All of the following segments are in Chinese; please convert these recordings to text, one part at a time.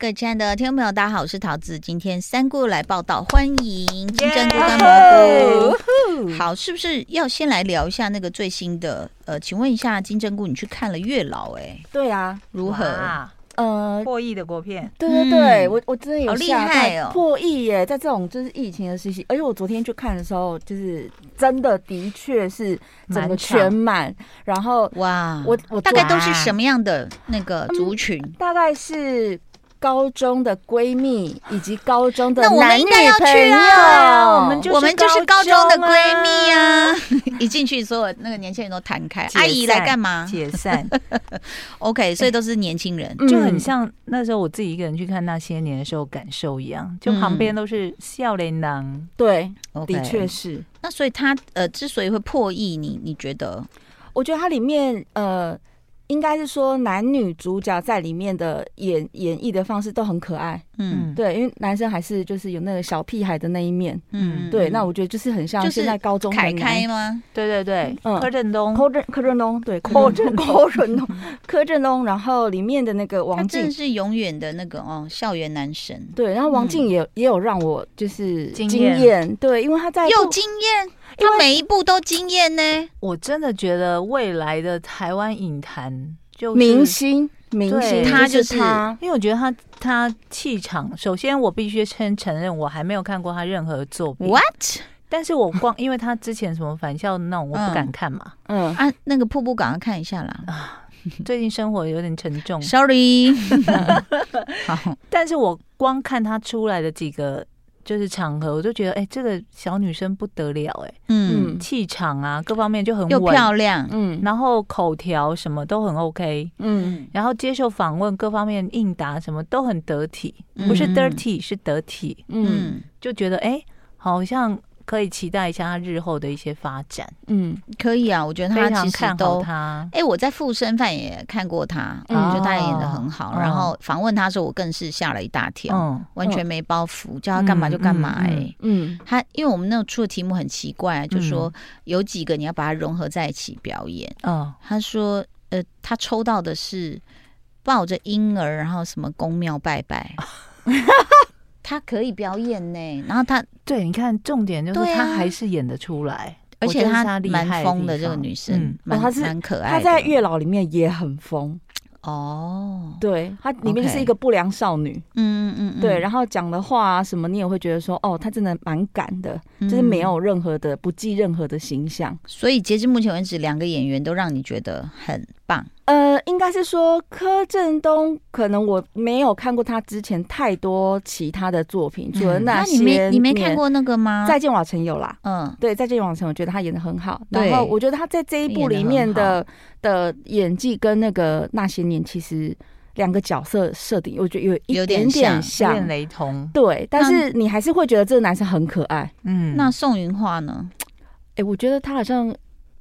各位亲爱的听众朋友，大家好，我是桃子。今天三姑来报道，欢迎金针菇跟啊蘑菇。好，是不是要先来聊一下那个最新的？呃，请问一下金针菇，你去看了月老、哎，对啊，如何？哇呃，破亿的国片，对对对，嗯我我真的有好厉吓到害哦破亿耶！在这种就是疫情的时期，而且我昨天去看的时候，就是真的的确是整个满场全满，然后哇，我我大概都是哇什么样的那个族群？嗯大概是。高中的闺蜜以及高中的那我们男应女该要去朋啊友，我们就我们就是高中的高中啊闺蜜啊！ 一进去，所有那个年轻人都弹开，解散哎阿姨来干嘛解散？OK，所以都是年轻人。嗯就很像那时候我自己一个人去看那些年的时候感受一样，就旁边都是笑脸郎，对， OK 的确。是。那所以他呃，之所以会破亿，你你觉得？我觉得它里面呃，应该是说男女主角在里面的演演绎的方式都很可爱，嗯嗯，对，因为男生还是就是有那个小屁孩的那一面，嗯，对，那我。我觉得就是很像就是现在高中凯开吗？对对对，嗯柯震东，柯震柯震东，对，柯柯震震东柯震东， 柯震东，然后里面的那个他王真的嗯静，是永远的那个哦，校园男神，对，然后王静也也有让我就是惊惊艳艳，对，因为他在又不惊艳，因为他每一步都惊艳呢。我真的觉得未来的台湾影坛就是明星明对星，他就就是他，因为我觉得他他气场，首先我必须先承认，我还没有看过他任何作品。 What 但是我光因为他之前什么返校那种，我嗯不敢看嘛。嗯，啊？那个瀑布赶快看一下哦啦。最近生活有点沉 重，Sorry，好，但是我光看他出来的几个就是场合，我就觉得，哎、这个小女生不得了、嗯，哎，嗯气场啊，各方面就很又稳，漂亮，嗯然后口条什么都很 OK，嗯，然后接受访问各方面应答什么都很得体，嗯不是 dirty 是得体，嗯嗯，就觉得哎、好像可以期待一下他日后的一些发展，嗯，可以啊，我觉得非他常其实看好都。他。哎、我在《附身犯》也看过他，我嗯觉得他演的很好。哦然后访问他的时候，我更是吓了一大跳，嗯，完全没包袱，叫他干嘛就干嘛、嗯哎、嗯嗯嗯，他因为我们那个出的题目很奇怪、啊，就说有几个你要把它融合在一起表演。嗯，他说，呃，他抽到的是抱着婴儿，然后什么宫庙拜拜， 他可以表演呢。然后他，对，你看，重点就是对啊他还是演得出来，而且我觉得是她她厉害的蛮疯的地这个方女生嗯，蛮哦她是蛮可爱他的。在月老里面也很疯，哦，对，他里面就是一 OK 个不良少女，嗯嗯嗯，对，然后讲的话啊什么，你也会觉得说，哦，他真的蛮敢的，后就是没。有任何的不计任何的形象。嗯所以截至目前为止，两个演员都让你觉得很棒。呃，应该是说柯震东，可能我没有看过他之前太多其他的作品，除了嗯那啊你些没你没看年过那个吗？ 《再见瓦城》有啦。嗯对，《再见瓦城》我觉得他演的很好，然对后我觉得他在这一部里面的的演技跟那个那些年其实两个角色设定，我觉得有一有点点点有像，点雷同。对，但是你还是会觉得这个男生很可爱。嗯那宋云画呢？哎、我觉得他好像，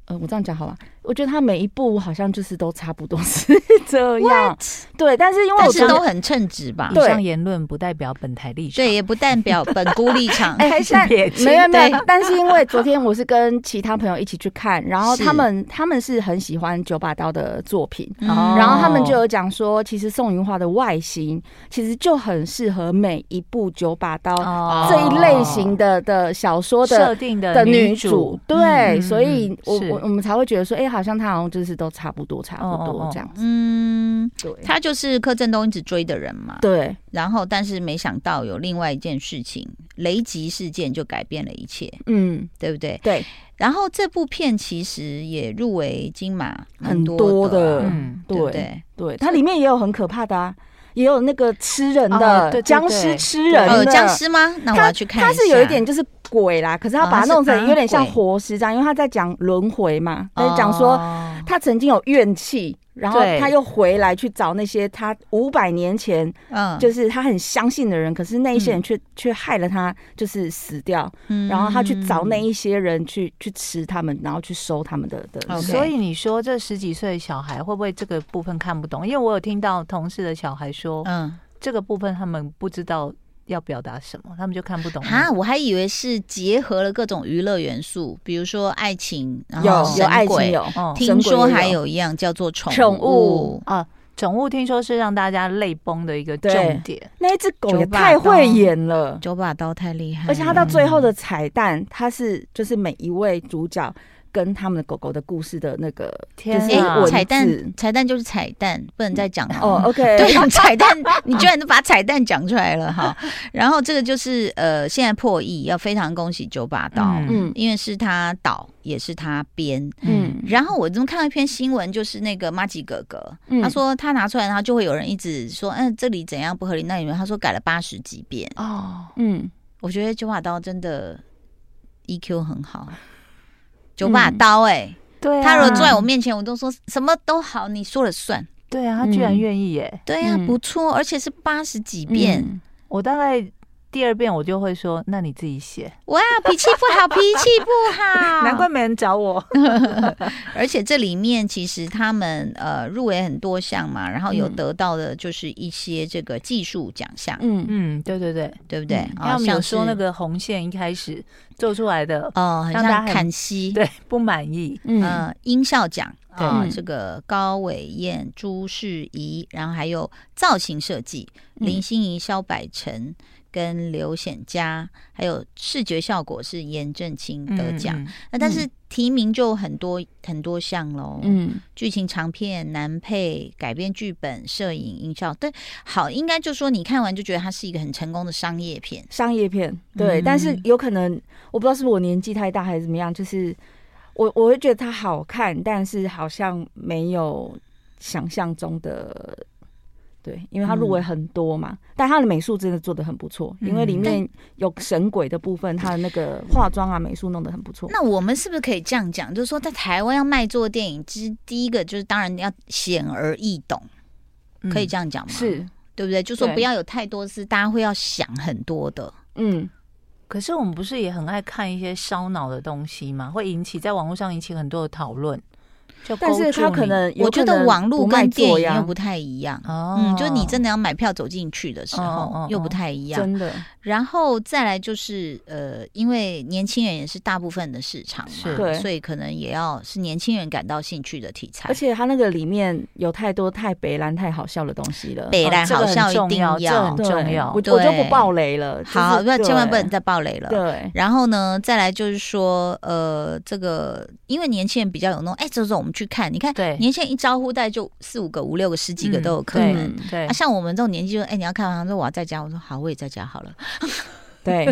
呃，我这样讲好吧？我觉得他每一部好像就是都差不多是 这样对。但是因为但我是觉都得，很称职吧以？对上言论不代表本台立场。对， 也不代表本姑立场。哦哎开始但撇清没有没有对，但是因为昨天我是跟其他朋友一起去看，然后他们他们是很喜欢九把刀的作品。嗯哦然后他们就有讲说，其实宋云华的外形其实就很适合每一部九把刀哦嗯这一类型的的小说的设定的的女女主主，，对，嗯所以嗯我是我我们才会觉得说，哎、好像他好像就是都差不多，差不多这样子，嗯，对，他就是柯震东一直追的人嘛。对，然后，但是没想到有另外一件事情，雷吉事件就改变了一切，嗯，对不对？对，然后这部片其实也入围金马很多多的的啊，嗯，对不对，对？对，它里面也有很可怕的啊，也有那个吃人哦对的对僵对尸吃人哦，有的僵，尸吗？那我要去看一下。它是有一点就是鬼啦，可是他哦把它它是弄打成有点像鬼活尸这样，因为他在讲轮回嘛，在讲说哦他曾经有怨气，然后对他又回来去找那些他五百年前嗯，就是他很相信的人，可是那一些人却、却害了他，就是死掉。嗯然后他去找那一些人去去吃他们，然后去收他们的的。 OK 哦所以你说这十几岁的小孩会不会这个部分看不懂？因为我有听到同事的小孩说，嗯，这个部分他们不知道要表达什么，他们就看不懂。哈，我还以为是结合了各种娱乐元素，比如说爱情，然后有有神爱情鬼，有，哦，听神说鬼也还有有一样叫做宠宠物物，啊，宠物听说是让大家泪崩的一个对重点。那一只狗九也把太刀会演了。九把刀太厉害了，而且他到最嗯后的彩蛋，他是就是每一位主角跟他们的狗狗的故事的那个天就是哎、啊文彩字蛋彩蛋就是彩蛋，不能再讲了。哦，OK， 对啊，彩蛋，你居然都把彩蛋讲出来了哈。然后这个就是呃，现在破亿，要非常恭喜九把刀，嗯嗯因为是他导，也是他编。嗯然后我怎么看到一篇新闻，就是那个马吉哥哥，嗯他说他拿出来，然后就会有人一直说，嗯，这里怎样不合理，那里面他说改了八十几遍。哦，嗯，我觉得九把刀真的 EQ 很好，九把刀哎、嗯对啊，他如果坐嗯在我面前，我都说什么都好，你说了算。对啊，他居然嗯愿意耶！对呀、嗯不错，而且是八十几遍。嗯我大概第二遍我就会说，那你自己写，哇，脾气不好，脾气不嗯好， 难怪。没人找我。而且这里面其实他们呃入围很多项嘛，然后有嗯得到的就是一些这个技术奖项，嗯，嗯，对对对，对不对？嗯啊要没有像说那是个红线一开始做出来的，哦，很让大家像很坎西，对不满意，嗯呃，音效奖啊、对这个高伟燕、朱世仪，然后还有造型设计，嗯林心怡、萧百成跟刘显佳，还有视觉效果是严正清得奖。嗯，那但是提名就很多、很多项喽，嗯剧情长片、男配、改编剧本、摄影、音效，对，好，应该就说你看完就觉得它是一个很成功的商业片，商业片对，嗯但是有可能我不知道是不是我年纪太大还是怎么样，就是我我会觉得它好看，但是好像没有想象中的。对，因为它嗯入围很多嘛，但它的美术真的做的很不错，因为里嗯面有神鬼的部分，它的那个化妆啊、美术弄得很不错。那我们是不是可以这样讲？就是说，在台湾要卖座的电影，之第一个就是当然要显而易懂，嗯可以这样讲吗？，是，对不对？就说对不要有太多次，大家会要想很多的。嗯，可是我们不是也很爱看一些烧脑的东西吗？会引起在网络上引起很多的讨论，就但是勾住它可你能有我觉可能得网络不卖跟电座影又呀不太一样。哦，嗯，就是你真的要买票走进去的时哦哦候哦，又不太一样。真的，然后再来就是，呃，因为年轻人也是大部分的市场是嘛，对所以可能也要是年轻人感到兴趣的题材而。且它那个里面有太多太北蓝太好笑的东西了。北兰这个好很笑一重定要这很对重要我我就对不爆雷了。就是好，那千万不对能再爆雷了。对，然后呢，再来就是说，呃，这个因为年轻人比较有那种，哎、走走，我们去看，你看，对年轻人一招呼大概就四五个、五六个、十几个嗯都有可对能。嗯对啊，，像我们这种年纪，就哎、你要看完，他说我要在家，我说好，我也在家好了。 对，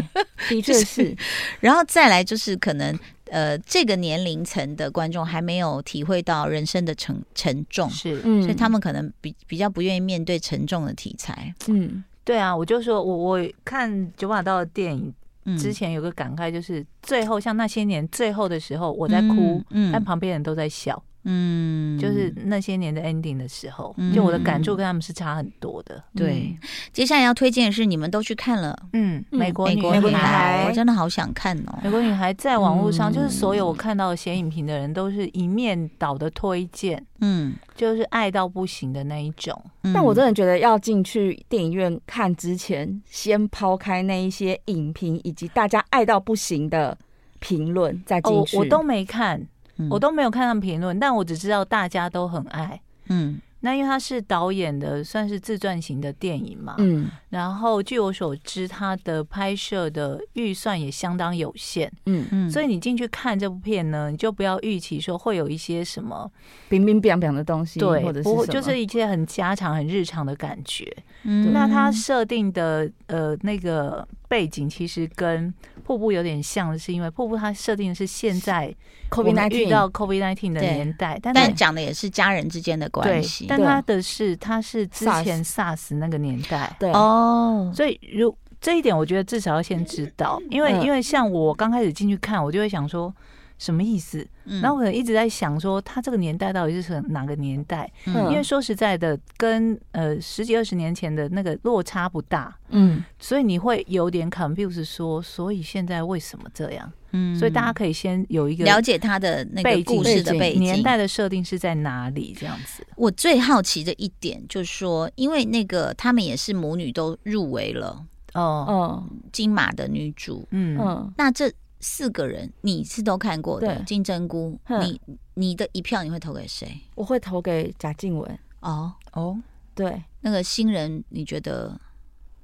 的确是，然后再来就是可能，呃，这个年龄层的观众还没有体会到人生的沉沉重，是嗯，所以他们可能比比较不愿意面对沉重的题材。嗯对啊，我就说我我看九把刀的电影嗯，之前有个感慨，就是最后像那些年最后的时候，我在哭，嗯，但嗯旁边人都在笑，嗯就是那些年的 ending 的时候，嗯就我的感触跟他们是差很多的。对。嗯接下来要推荐的是你们都去看了。嗯，嗯美国美女国美女国女孩，孩我真的好想看哦。美国女孩在网络上，嗯就是所有我看到的写影评的人，都是一面倒的推荐，嗯，就是爱到不行的那一种。嗯但我真的觉得要进去电影院看之前，先抛开那一些影评以及大家爱到不行的评论，再哦，进我去。我都没看，嗯我都没有看他们评论，但我只知道大家都很爱。嗯那因为他是导演的，算是自传型的电影嘛。嗯然后据我所知，他的拍摄的预算也相当有限，嗯，嗯，所以以你进去看这部片呢，你就不要预期说会有一些什么冰冰凉凉的东西，对或者，是不什就么嗯是一些很家常、很日常的感觉。那那它设定的呃那个背景其实跟瀑布有点像，是因为瀑布它设定的是现在我 COVID 们 n 遇到 COVID nineteen 的对年代，但但是讲的也是家人之间的关对，系，但对它的是它是之前 SARS 那个年代，对哦，所以如这一点我觉得至少要先知道，因为嗯因为像我刚开始进去看，我就会想说。什么意思？嗯然后我可能一直在想说，他这个年代到底是什哪个年代？嗯因为说实在的，跟呃十几二十年前的那个落差不大，嗯，所以你会有点 confuse，说，所以现在为什么这样？嗯所以大家可以先有一个了解他的那个背景故事的背景背景年代的设定是在哪里，这样子。我最好奇的一点就是说，因为那个他们也是母女都入围了哦，嗯金马的女主，嗯嗯，那这四个人你是都看过的，对金针菇，哼你你的一票你会投给谁？我会投给贾静雯。哦，哦，对，那个新人，你觉得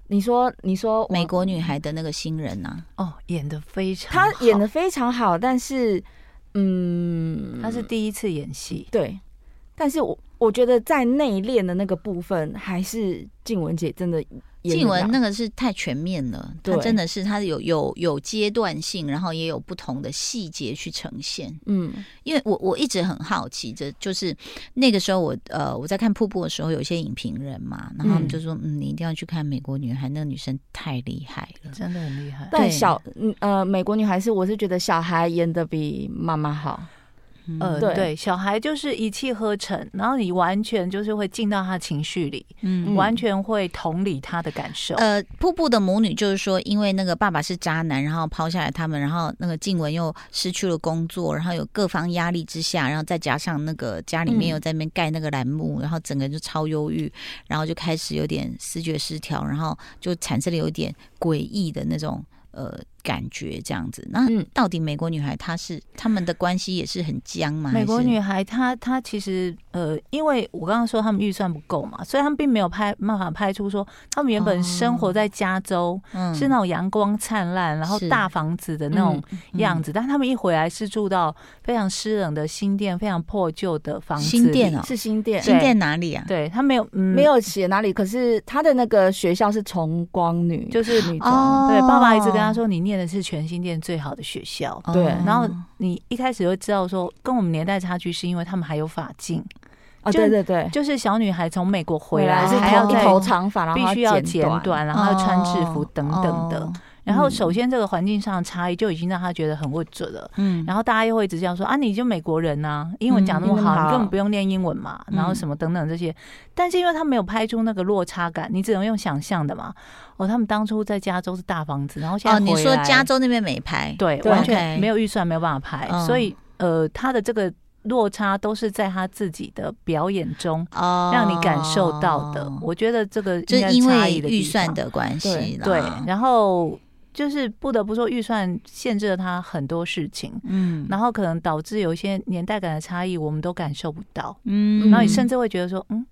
你说你说美我国女孩的那个新人啊呢、哦，演的非常她好，演的非常好，但是嗯，他是第一次演戏，对，但是我我觉得在内敛的那个部分，还是静雯姐真的演得静雯到那个是太全面了，她对真的是她有有有阶段性，然后也有不同的细节去呈现。嗯因为我我一直很好奇，这就是那个时候我呃我在看瀑布的时候，有一些影评人嘛，然后他们就说，嗯你一定要去看《美国女孩》，那个女生太厉害了。真的很厉害。但对小嗯呃美国女孩是我是觉得小孩演的比妈妈好，嗯呃，对对，小孩就是一气呵成，然后你完全就是会进到他情绪里，嗯完全会同理他的感受。呃，瀑布的母女就是说，因为那个爸爸是渣男，然后抛下了他们，然后那个静雯又失去了工作，然后有各方压力之下，然后再加上那个家里面嗯又在那边盖那个栏目，然后整个人就超忧郁，然后就开始有点视觉失调，然后就产生了有点诡异的那种呃感觉这样子。那嗯到底美国女孩她是他们的关系也是很僵吗？美国还是女孩她她其实呃，因为我刚刚说他们预算不够嘛，所以他们并没有拍办法拍出说他们原本生活在加州、嗯是那种阳光灿烂，然后是嗯大房子的那种样子，但他们一回来是住到非常湿冷的新店，非常破旧的房子里，新店哦，是新店新店哪里啊？对他没有、嗯、没有写哪里，可是她的那个学校是崇光女，就是女中，哦对，爸爸一直跟他说，你念的是全新店最好的学校。哦对然后你一开始就知道说，跟我们年代差距是因为他们还有发镜，啊就对对对，就是小女孩从美国回回来来是还要头一再头长发，然后必须要剪短，短，然后要穿制服哦等等的。哦然后首先这个环境上的差异就已经让他觉得很不准了。嗯然后大家又会一直这样说啊，你就美国人呐、英文讲那么嗯英文好，好你根本不用念英文嘛，嗯然后什么等等这些。但是因为他没有拍出那个落差感，你只能用想象的嘛。哦，他们当初在加州是大房子，然后现在哦，你回说来加州那边没拍？对，对完全 OK 没有预算，没有办法拍，嗯所以呃，他的这个落差都是在他自己的表演中哦，让你感受到的。我觉得这个就应该是因差为异的地预算方的关系啦，对，然后就是不得不说，预算限制了他很多事情，嗯然后可能导致有一些年代感的差异，我们都感受不到，嗯然后你甚至会觉得说，嗯，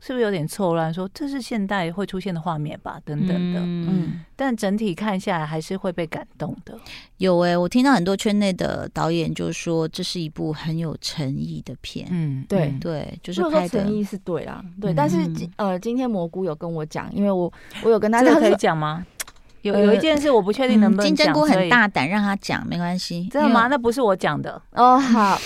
是不是有点错乱？说这是现代会出现的画面吧，等等的。嗯，嗯，但整体看下来，还是会被感动的。有诶、我听到很多圈内的导演就说这是一部很有诚意的片，嗯，对嗯对，就是如果拍说的诚。意是对啊，对，嗯但是今呃今天蘑菇有跟我讲，因为我我有跟他这讲个可以说，讲吗？有呃有一件事我不确定能不嗯能金讲，针菇所很以大胆，让他讲没关系，真的吗？因那不是我讲的，哦 好，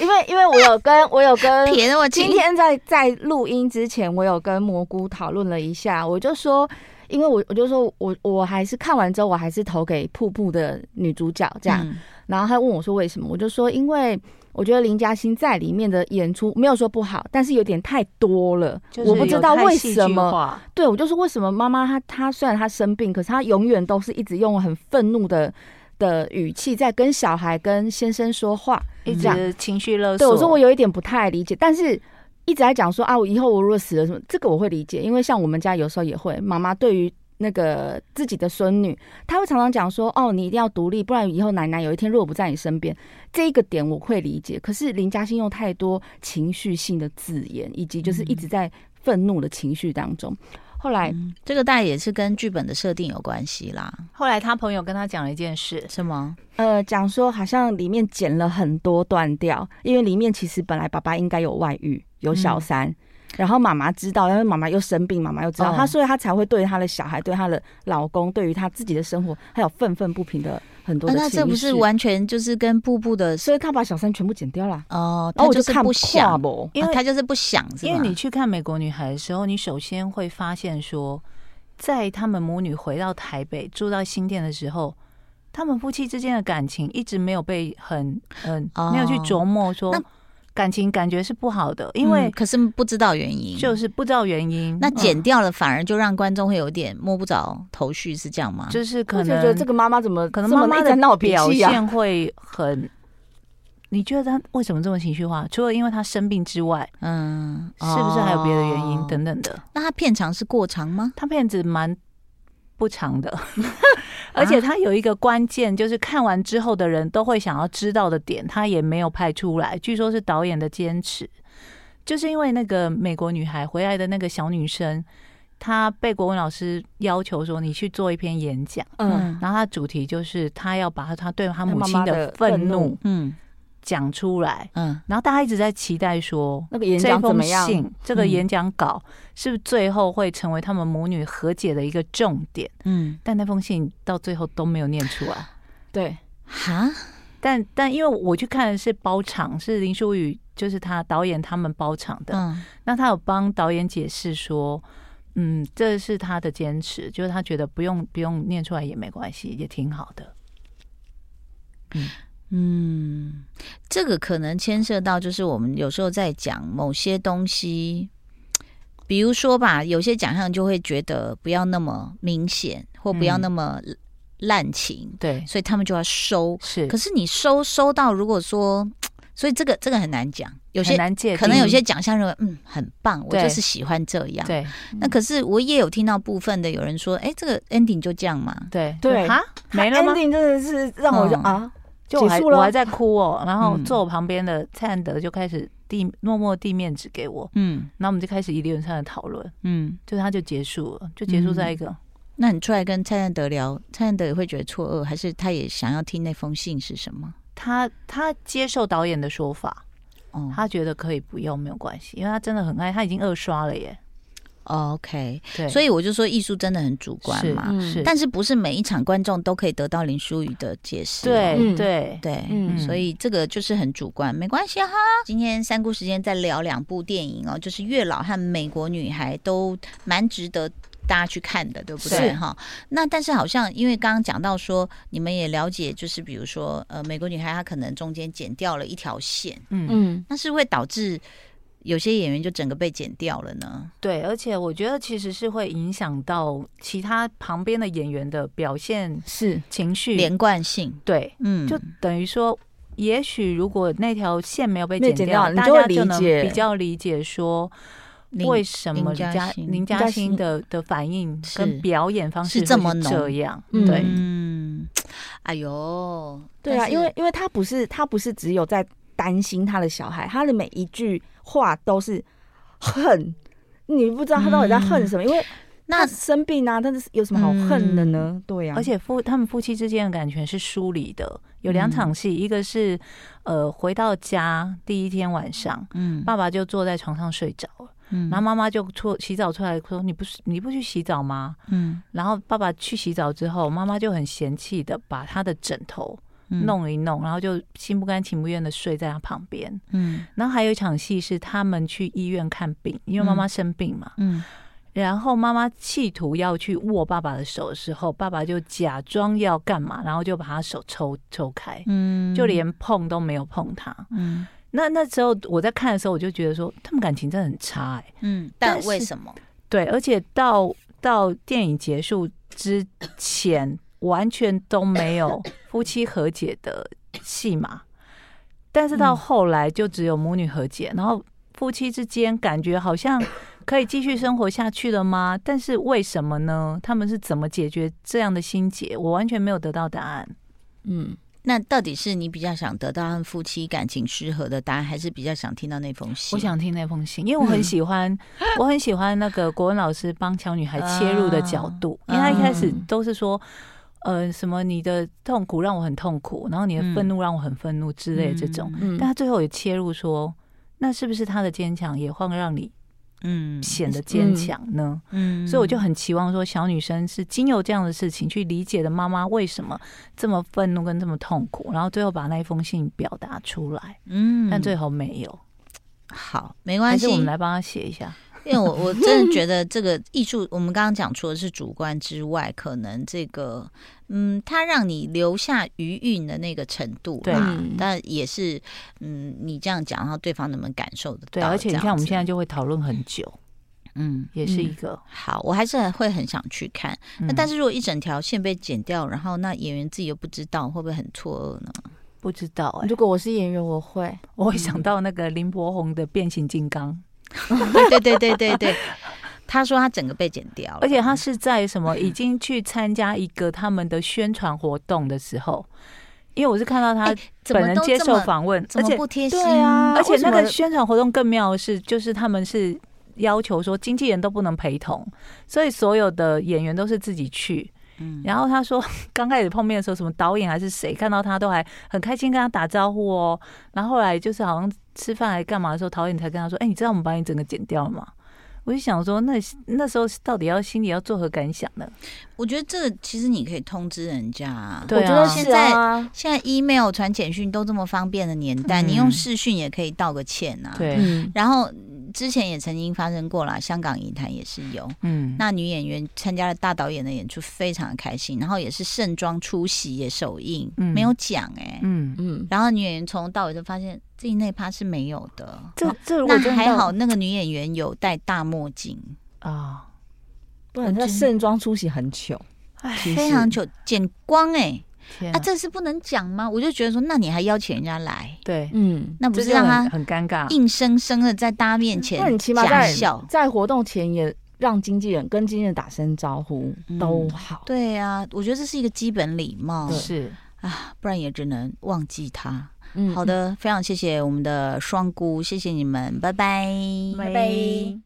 因为因为我有跟我有跟为？撇的我今天在在录音之前，我有跟蘑菇讨论了一下，我就说，因为我我就说我我还是看完之后，我还是投给瀑布的女主角这样。嗯然后他问我说为什么，我就说因为我觉得林嘉欣在里面的演出没有说不好，但是有点太多了，就是我不知道有太为戏什剧么。化。对，我就是为什么妈妈她她虽然她生病，可是她永远都是一直用很愤怒的的语气在跟小孩跟先生说话。一这样直情绪勒索。对我说我有一点不太理解，但是一直在讲说啊，我以后我如果死了什么，这个我会理解，因为像我们家有时候也会，妈妈对于。那个自己的孙女，她会常常讲说：“哦，你一定要独立，不然以后奶奶有一天如果不在你身边，这一个点我会理解。”可是林嘉欣用太多情绪性的字眼，以及就是一直在愤怒的情绪当中。后来嗯这个大概也是跟剧本的设定有关系啦，后来他朋友跟他讲了一件事，是吗？呃，讲说好像里面剪了很多段掉，因为里面其实本来爸爸应该有外遇，有小三，然后妈妈知道，因为妈妈又生病，妈妈又知道哦她，所以她才会对她的小孩、对她的老公、对于她自己的生活，还有愤愤不平的很多啊的那情绪。这不是完全就是跟瀑布的所以她把小三全部剪掉了，哦，然他后我就是看不想，不因为、啊他就是不想，是吧因为你去看《美国女孩》的时候，你首先会发现说，在他们母女回到台北住到新店的时候，他们夫妻之间的感情一直没有被很嗯、哦没有去琢磨说那感情感觉是不好的，因为嗯可是不知道原因，就是不知道原因。那嗯剪掉了，反而就让观众会有点摸不着头绪，是这样吗？就是可我就能觉得这个妈妈怎么可能这妈么妈一直在的闹脾表气啊呀？现会很。你觉得他为什么这么情绪化？除了因为他生病之外，嗯，是不是还有别的原因哦？等等的？那他片长是过长吗？他片子蛮不长 的，而啊且他有一个关键，就是看完之后的人都会想要知道的点，他也没有拍出来。据说是导演的坚持，就是因为那个美国女孩回来的那个小女生，她被国文老师要求说你去做一篇演讲，嗯，然后她主题就是她要把她对她母妈亲妈的的愤愤怒怒嗯讲出来，嗯然后大家一直在期待说那个演这讲怎封么样？信，这个嗯演讲稿是不是最后会成为他们母女和解的一个重点？嗯，但那封信到最后都没有念出来。对，哈，但但因为我去看的是包场，是林淑宇，就是他导演他们包场的。嗯那他有帮导演解释说，嗯，这是他的坚持，就是他觉得不用不用念出来也没关系，也挺好的。嗯，这个可能牵涉到，就是我们有时候在讲某些东西，比如说吧，有些奖项就会觉得不要那么明显，或不要嗯那么滥情，对，所以他们就要收。是，可是你收收到，如果说，所以这个这个很难讲，有很些难界定，可能有些奖项认为，嗯，很棒，我对就是喜欢这样。对那可是我也有听到部分的有人说，哎、这个嗯 ending 就这样嘛。对对哈，没了吗？ ending 真的是让我就嗯啊，就我结还束了我还在哭哦，然后嗯坐我旁边的蔡安德就开始递默默递面纸给我，嗯然后我们就开始一连串的讨论，嗯，就他就结束了，就结束在一个、那你出来跟蔡善德聊，蔡善德也会觉得错愕，还是他也想要听那封信是什么？他他接受导演的说法，哦他觉得可以不用没有关系，因为他真的很爱，他已经二刷了耶，哦，OK，对，所以以我就说艺术真的很主观是嘛，嗯是，但是不是每一场观众都可以得到林淑瑜的解释哦、对、嗯对对，嗯所以这个就是很主观，没关系啊哈。今天三姑时间再聊两部电影哦，就是《月老》和《美国女孩》，都呃蛮值得。大家去看的，对不对是哈？那但是好像因为刚刚讲到说，你们也了解，就是比如说，呃，美国女孩她可能中间剪掉了一条线，嗯嗯，那是会导致有些演员就整个被剪掉了呢。对，而且我觉得其实是会影响到其他旁边的演员的表现是情绪，连贯性，对，嗯，嗯就等于说，也许如果那条线没有被没剪有掉，剪掉你大就会家就理能解比较理解说林为什么林嘉林嘉欣林嘉嘉欣欣的的反应是跟表演方式是这会么浓这样，嗯对嗯，哎呦，对啊，但是因为因为他不是他不是只有在担心他的小孩，他的每一句话都是恨，你不知道他到底在恨嗯什么，因为那他生病啊，但是有什么好恨的呢？对啊，嗯而且夫他们夫妻之间的感情是疏离的，有两嗯场戏，一个是呃回到家第一天晚上，嗯，爸爸就坐在床上睡着了，嗯然后妈妈就出洗澡出来说：“你不是你不去洗澡吗嗯？”然后爸爸去洗澡之后，妈妈就很嫌弃的把他的枕头嗯弄一弄，然后就心不甘情不愿的睡在他旁边。嗯然后还有一场戏是他们去医院看病，因为妈妈生病嘛，嗯然后妈妈企图要去握爸爸的手的时候，爸爸就假装要干嘛，然后就把他手抽抽开，嗯就连碰都没有碰他。嗯那那时候我在看的时候，我就觉得说他们感情真的很差哎、嗯，但但为是什么？对，而且到到电影结束之前，完全都没有夫妻和解的戏码，但是到嗯后来就只有母女和解，然后夫妻之间感觉好像可以继续生活下去了吗？但是为什么呢？他们是怎么解决这样的心结？我完全没有得到答案。嗯，那到底是你比较想得到他们夫妻感情失和的答案，还是比较想听到那封信？我想听那封信，因嗯为我很喜欢，我很喜欢那个国文老师帮小女孩切入的角度，啊因为他一开始都是说，呃，什么你的痛苦让我很痛苦，然后你的愤嗯怒让我很愤怒之类的这种，嗯但他最后也切入说，那是不是他的坚强也会让你嗯显得坚强呢？嗯所以我就很期望说，小女生是经由这样的事情去理解的妈妈为什么这么愤怒跟这么痛苦，然后最后把那一封信表达出来，嗯但最后没有，好没还关是系我，们来帮她写一下。因为我我真的觉得这个艺术，我们刚刚讲除了是主观之外，可能这个嗯，它让你留下余韵的那个程度对啦嗯但也是嗯，你这样讲，然后对方能不能感受得到？对，而且你看我们现在在就会讨论很久，嗯。也是一个。好，我还是会很想去看。那、嗯但是如果一整条线被剪掉，然后那演员自己又不知道，会不会很错 愕呢？不知道哎、如果我是演员，我会我会嗯想到那个林柏宏的《变形金刚》，对对对对对对，他说他整个被剪掉了，而且他是在什 么已经去参加一个他们的宣传活动的时候，因为我是看到他哎怎本么人都接这受么访问，怎而么且不贴心？对啊而且为什那么个宣传活动更妙的是，就是他们是要求说经纪人都不能陪同，所以所有的演员都是自己去。嗯然后他说， 刚开始碰面的时候，什么导演还是谁看到他都还很开心跟他打招呼哦。然后后来就是好像吃饭还干嘛的时候，导演才跟他说：“哎、你知道我们把你整个剪掉了吗？”我就想说，那那时候到底要心里要作何感想呢？我觉得这个其实你可以通知人家、啊。对啊我觉得是啊，现在 email 传简讯都这么方便的年代，嗯你用视讯也可以道个歉啊。，对，嗯，然后嗯之前也曾经发生过啦，香港影坛也是有。嗯，那女演员参加了大导演的演出，非常的开心，然后也是盛装出席也首映，嗯没有奖哎、嗯，嗯，然后女演员从头到尾就发现自己那趴是没有的，这这如果那真的还到好，那个女演员有戴大墨镜，啊，不然他盛装出席很糗，其实非常久，剪光哎、天啊，啊，这是不能讲吗？我就觉得说，那你还邀请人家来，对，嗯，那不这是就让很他很尴尬，硬生生的在大家面前那你起码假在笑？在活动前也让经纪人跟经纪人打声招呼嗯都好，对啊，我觉得这是一个基本礼貌是。啊，不然也只能忘记他。嗯好的，非常谢谢我们的双姑，谢谢你们，拜拜，拜拜